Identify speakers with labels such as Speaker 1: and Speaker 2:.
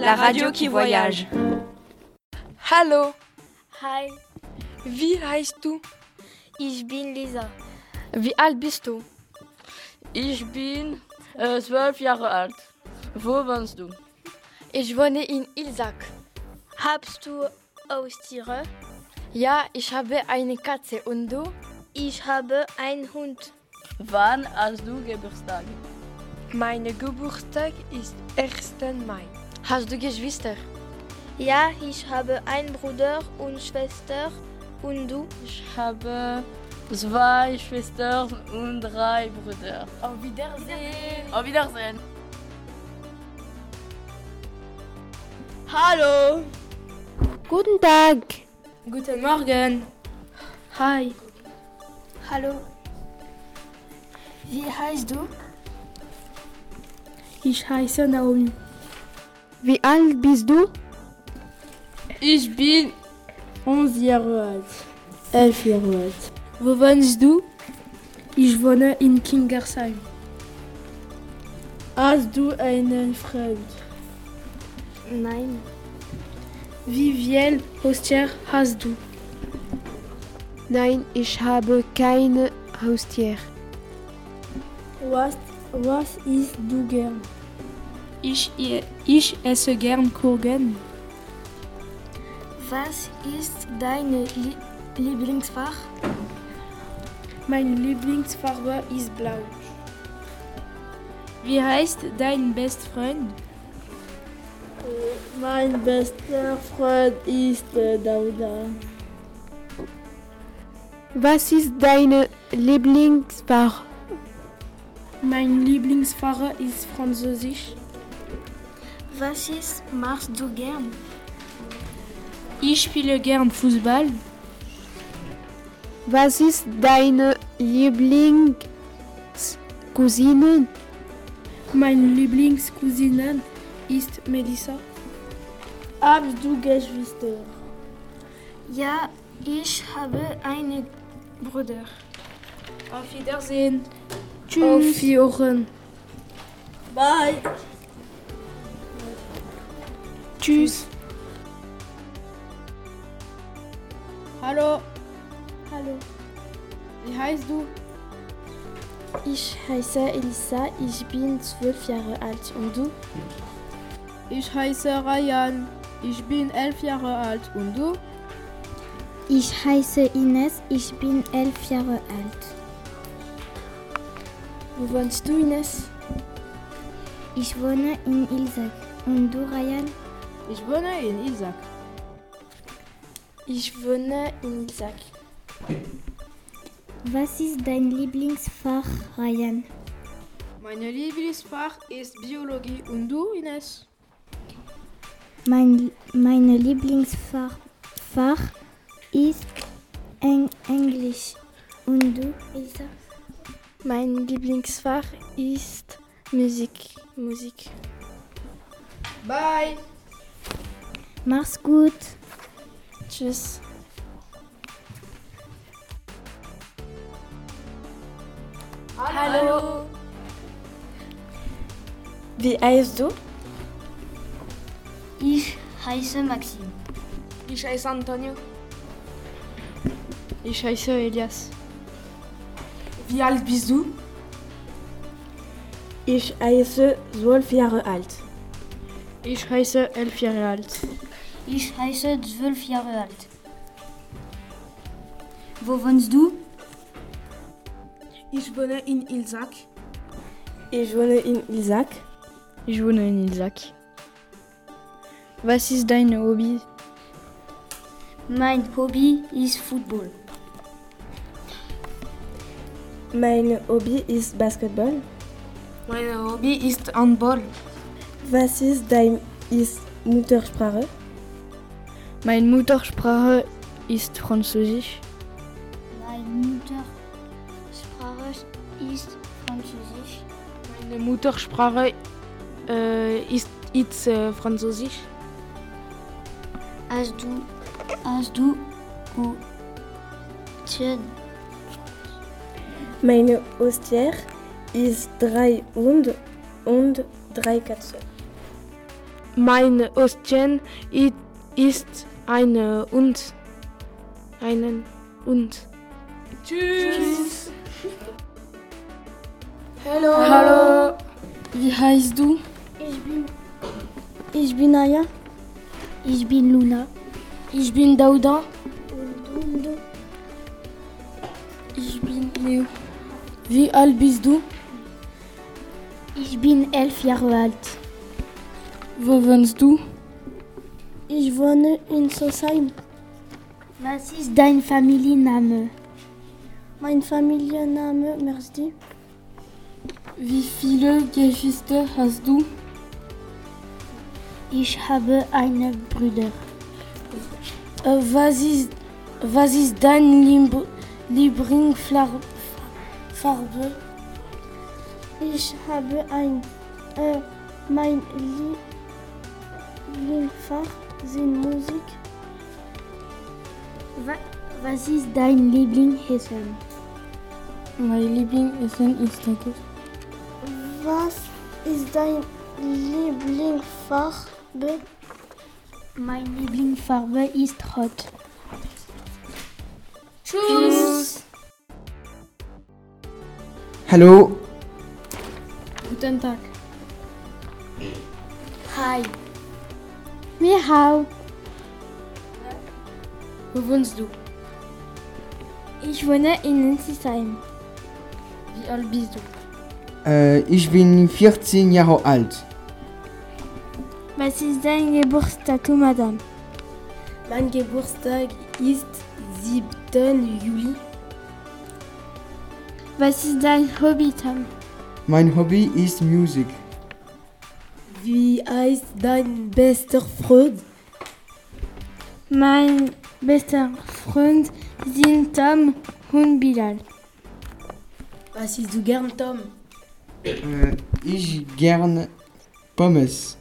Speaker 1: la radio qui voyage.
Speaker 2: Hallo,
Speaker 3: Hi,
Speaker 2: wie heißt du?
Speaker 3: ich bin Lisa.
Speaker 2: Wie alt bist du?
Speaker 4: Ich bin äh, zwölf Jahre alt. Wo wohnst du?
Speaker 2: Ich wohne in Ilsack.
Speaker 3: Habst du Haustiere?
Speaker 2: Ja, ich habe eine Katze und du?
Speaker 3: Ich habe einen Hund.
Speaker 4: Wann hast du Geburtstag?
Speaker 5: Meine Geburtstag ist 1. Mai.
Speaker 2: Hast du Geschwister?
Speaker 3: Ja, ich habe einen Bruder und Schwester. Und du?
Speaker 4: Ich habe zwei Schwestern und drei Brüder. Auf Wiedersehen. Auf Wiedersehen. Hallo.
Speaker 6: Guten Tag.
Speaker 4: Guten Morgen.
Speaker 6: Hi,
Speaker 7: Hallo. Wie heißt du?
Speaker 6: ich heiße Naomi. Wie alt bist du?
Speaker 4: Ich bin
Speaker 6: 11 Jahre alt. 11 Jahre alt. Wo wohnst du? Ich wohne in Kingersheim. Hast du einen Freund?
Speaker 7: Nein.
Speaker 6: Wie viel Haustier hast du?
Speaker 8: Nein, ich habe kein Haustier.
Speaker 6: Was, was isst du gern?
Speaker 9: Ich, ich esse gern Kuchen.
Speaker 7: Was ist dein Lie- Lieblingsfach?
Speaker 6: Meine Lieblingsfarbe ist blau.
Speaker 9: Wie heißt dein best Freund?
Speaker 6: Mein bester Freund ist Dauda.
Speaker 8: Was ist deine Lieblingsfarbe?
Speaker 6: Mein Lieblingsfarbe ist Französisch.
Speaker 7: Was ist, machst du gern?
Speaker 9: Ich spiele gern Fußball.
Speaker 8: Was ist deine Lieblingscousine?
Speaker 6: Meine Lieblingscousine ist Melissa. Hast du Geschwister?
Speaker 7: Ja, ich habe einen Bruder.
Speaker 9: Auf Wiedersehen.
Speaker 6: Tschüss. Auf Wiedersehen.
Speaker 4: Bye.
Speaker 6: Tschüss.
Speaker 9: Hallo,
Speaker 7: Hallo.
Speaker 9: wie heißt du?
Speaker 7: Ich heiße Elisa, ich bin zwölf Jahre alt. Und du?
Speaker 9: Ich heiße Ryan. Ich bin elf Jahre alt. Und du?
Speaker 10: Ich heiße Ines, ich bin elf Jahre alt.
Speaker 7: Wo wohnst du, Ines?
Speaker 10: Ich wohne in Ilsack. Und du, Ryan?
Speaker 9: Ich wohne in Isaac.
Speaker 3: Ich wohne in Isaac.
Speaker 10: Was ist dein Lieblingsfach, Ryan?
Speaker 9: Meine Lieblingsfach ist Biologie. Und du, Ines?
Speaker 10: Mein, meine Lieblingsfach Fach ist Eng Englisch. Und du, Elsa?
Speaker 3: Mein Lieblingsfach ist Musik. Musik.
Speaker 9: Bye.
Speaker 10: Mach's gut!
Speaker 3: Tschüss.
Speaker 2: Hallo. Wie heißt du?
Speaker 7: Ich heiße Maxime.
Speaker 2: Ich heiße Antonio.
Speaker 9: Ich heiße Elias.
Speaker 2: Wie alt bist du?
Speaker 5: Ich heiße 12 Jahre alt.
Speaker 9: Ich heiße elf Jahre alt.
Speaker 7: Ich heiße zwölf Jahre alt. Wo wohnst du?
Speaker 5: Ich wohne in Ilsack. Ich wohne in Ilsack.
Speaker 4: Ich wohne in Isaac. Was ist dein Hobby?
Speaker 7: Mein Hobby ist Football.
Speaker 5: Mein Hobby ist Basketball.
Speaker 2: Mein Hobby ist Handball.
Speaker 5: Was ist dein ist Muttersprache?
Speaker 4: Meine Muttersprache ist Französisch.
Speaker 7: Meine Muttersprache ist Französisch.
Speaker 9: Meine Muttersprache
Speaker 6: äh,
Speaker 9: ist, Französisch.
Speaker 7: Hast du, hast du oh, Tien.
Speaker 5: Meine Haustier ist drei Hunde und drei Katzen. Mein Ostchen i- ist eine und. Einen und.
Speaker 2: Hello.
Speaker 6: Hallo. Wie heißt du?
Speaker 7: Ich bin. Ich bin Aya. Ich bin Luna. Ich bin Dauda. Ich bin Leo.
Speaker 6: Wie alt bist du?
Speaker 10: Ich bin elf Jahre alt.
Speaker 6: Wo wohnst du?
Speaker 7: Ich wohne in Sosheim.
Speaker 10: Was ist dein Familienname?
Speaker 7: Mein Familienname, merci.
Speaker 6: Wie viele Geschwister hast du?
Speaker 10: Ich habe einen Bruder.
Speaker 6: Äh, was ist, was ist dein Lieb- Lieblingsfarbe? Farbe?
Speaker 7: Ich habe ein. Äh, mein Lie- Lieblingsfach sind Musik.
Speaker 10: Wa- Was ist dein Lieblingsessen?
Speaker 6: Mein Lieblingsessen ist Tacos.
Speaker 7: Was ist dein Lieblingsfarbe?
Speaker 10: Mein Lieblingsfarbe ist rot.
Speaker 1: Hallo,
Speaker 9: Guten Tag.
Speaker 10: Hi. Ni hao.
Speaker 6: Wo wohnst du?
Speaker 7: Ich wohne in Sinsheim.
Speaker 6: Wie alt bist du?
Speaker 1: äh, ich bin 14 Jahre alt.
Speaker 7: Was ist dein Geburtsdatum, Madame?
Speaker 5: Mein Geburtstag ist 7. Juli.
Speaker 10: Was ist dein Hobby, Tom?
Speaker 1: Mein Hobby ist Musik.
Speaker 5: Wie heißt dein bester Freund?
Speaker 7: Mein bester Freund sind Tom und Bilal.
Speaker 5: Was ist du gern, Tom?
Speaker 1: Äh, ich gern Pommes.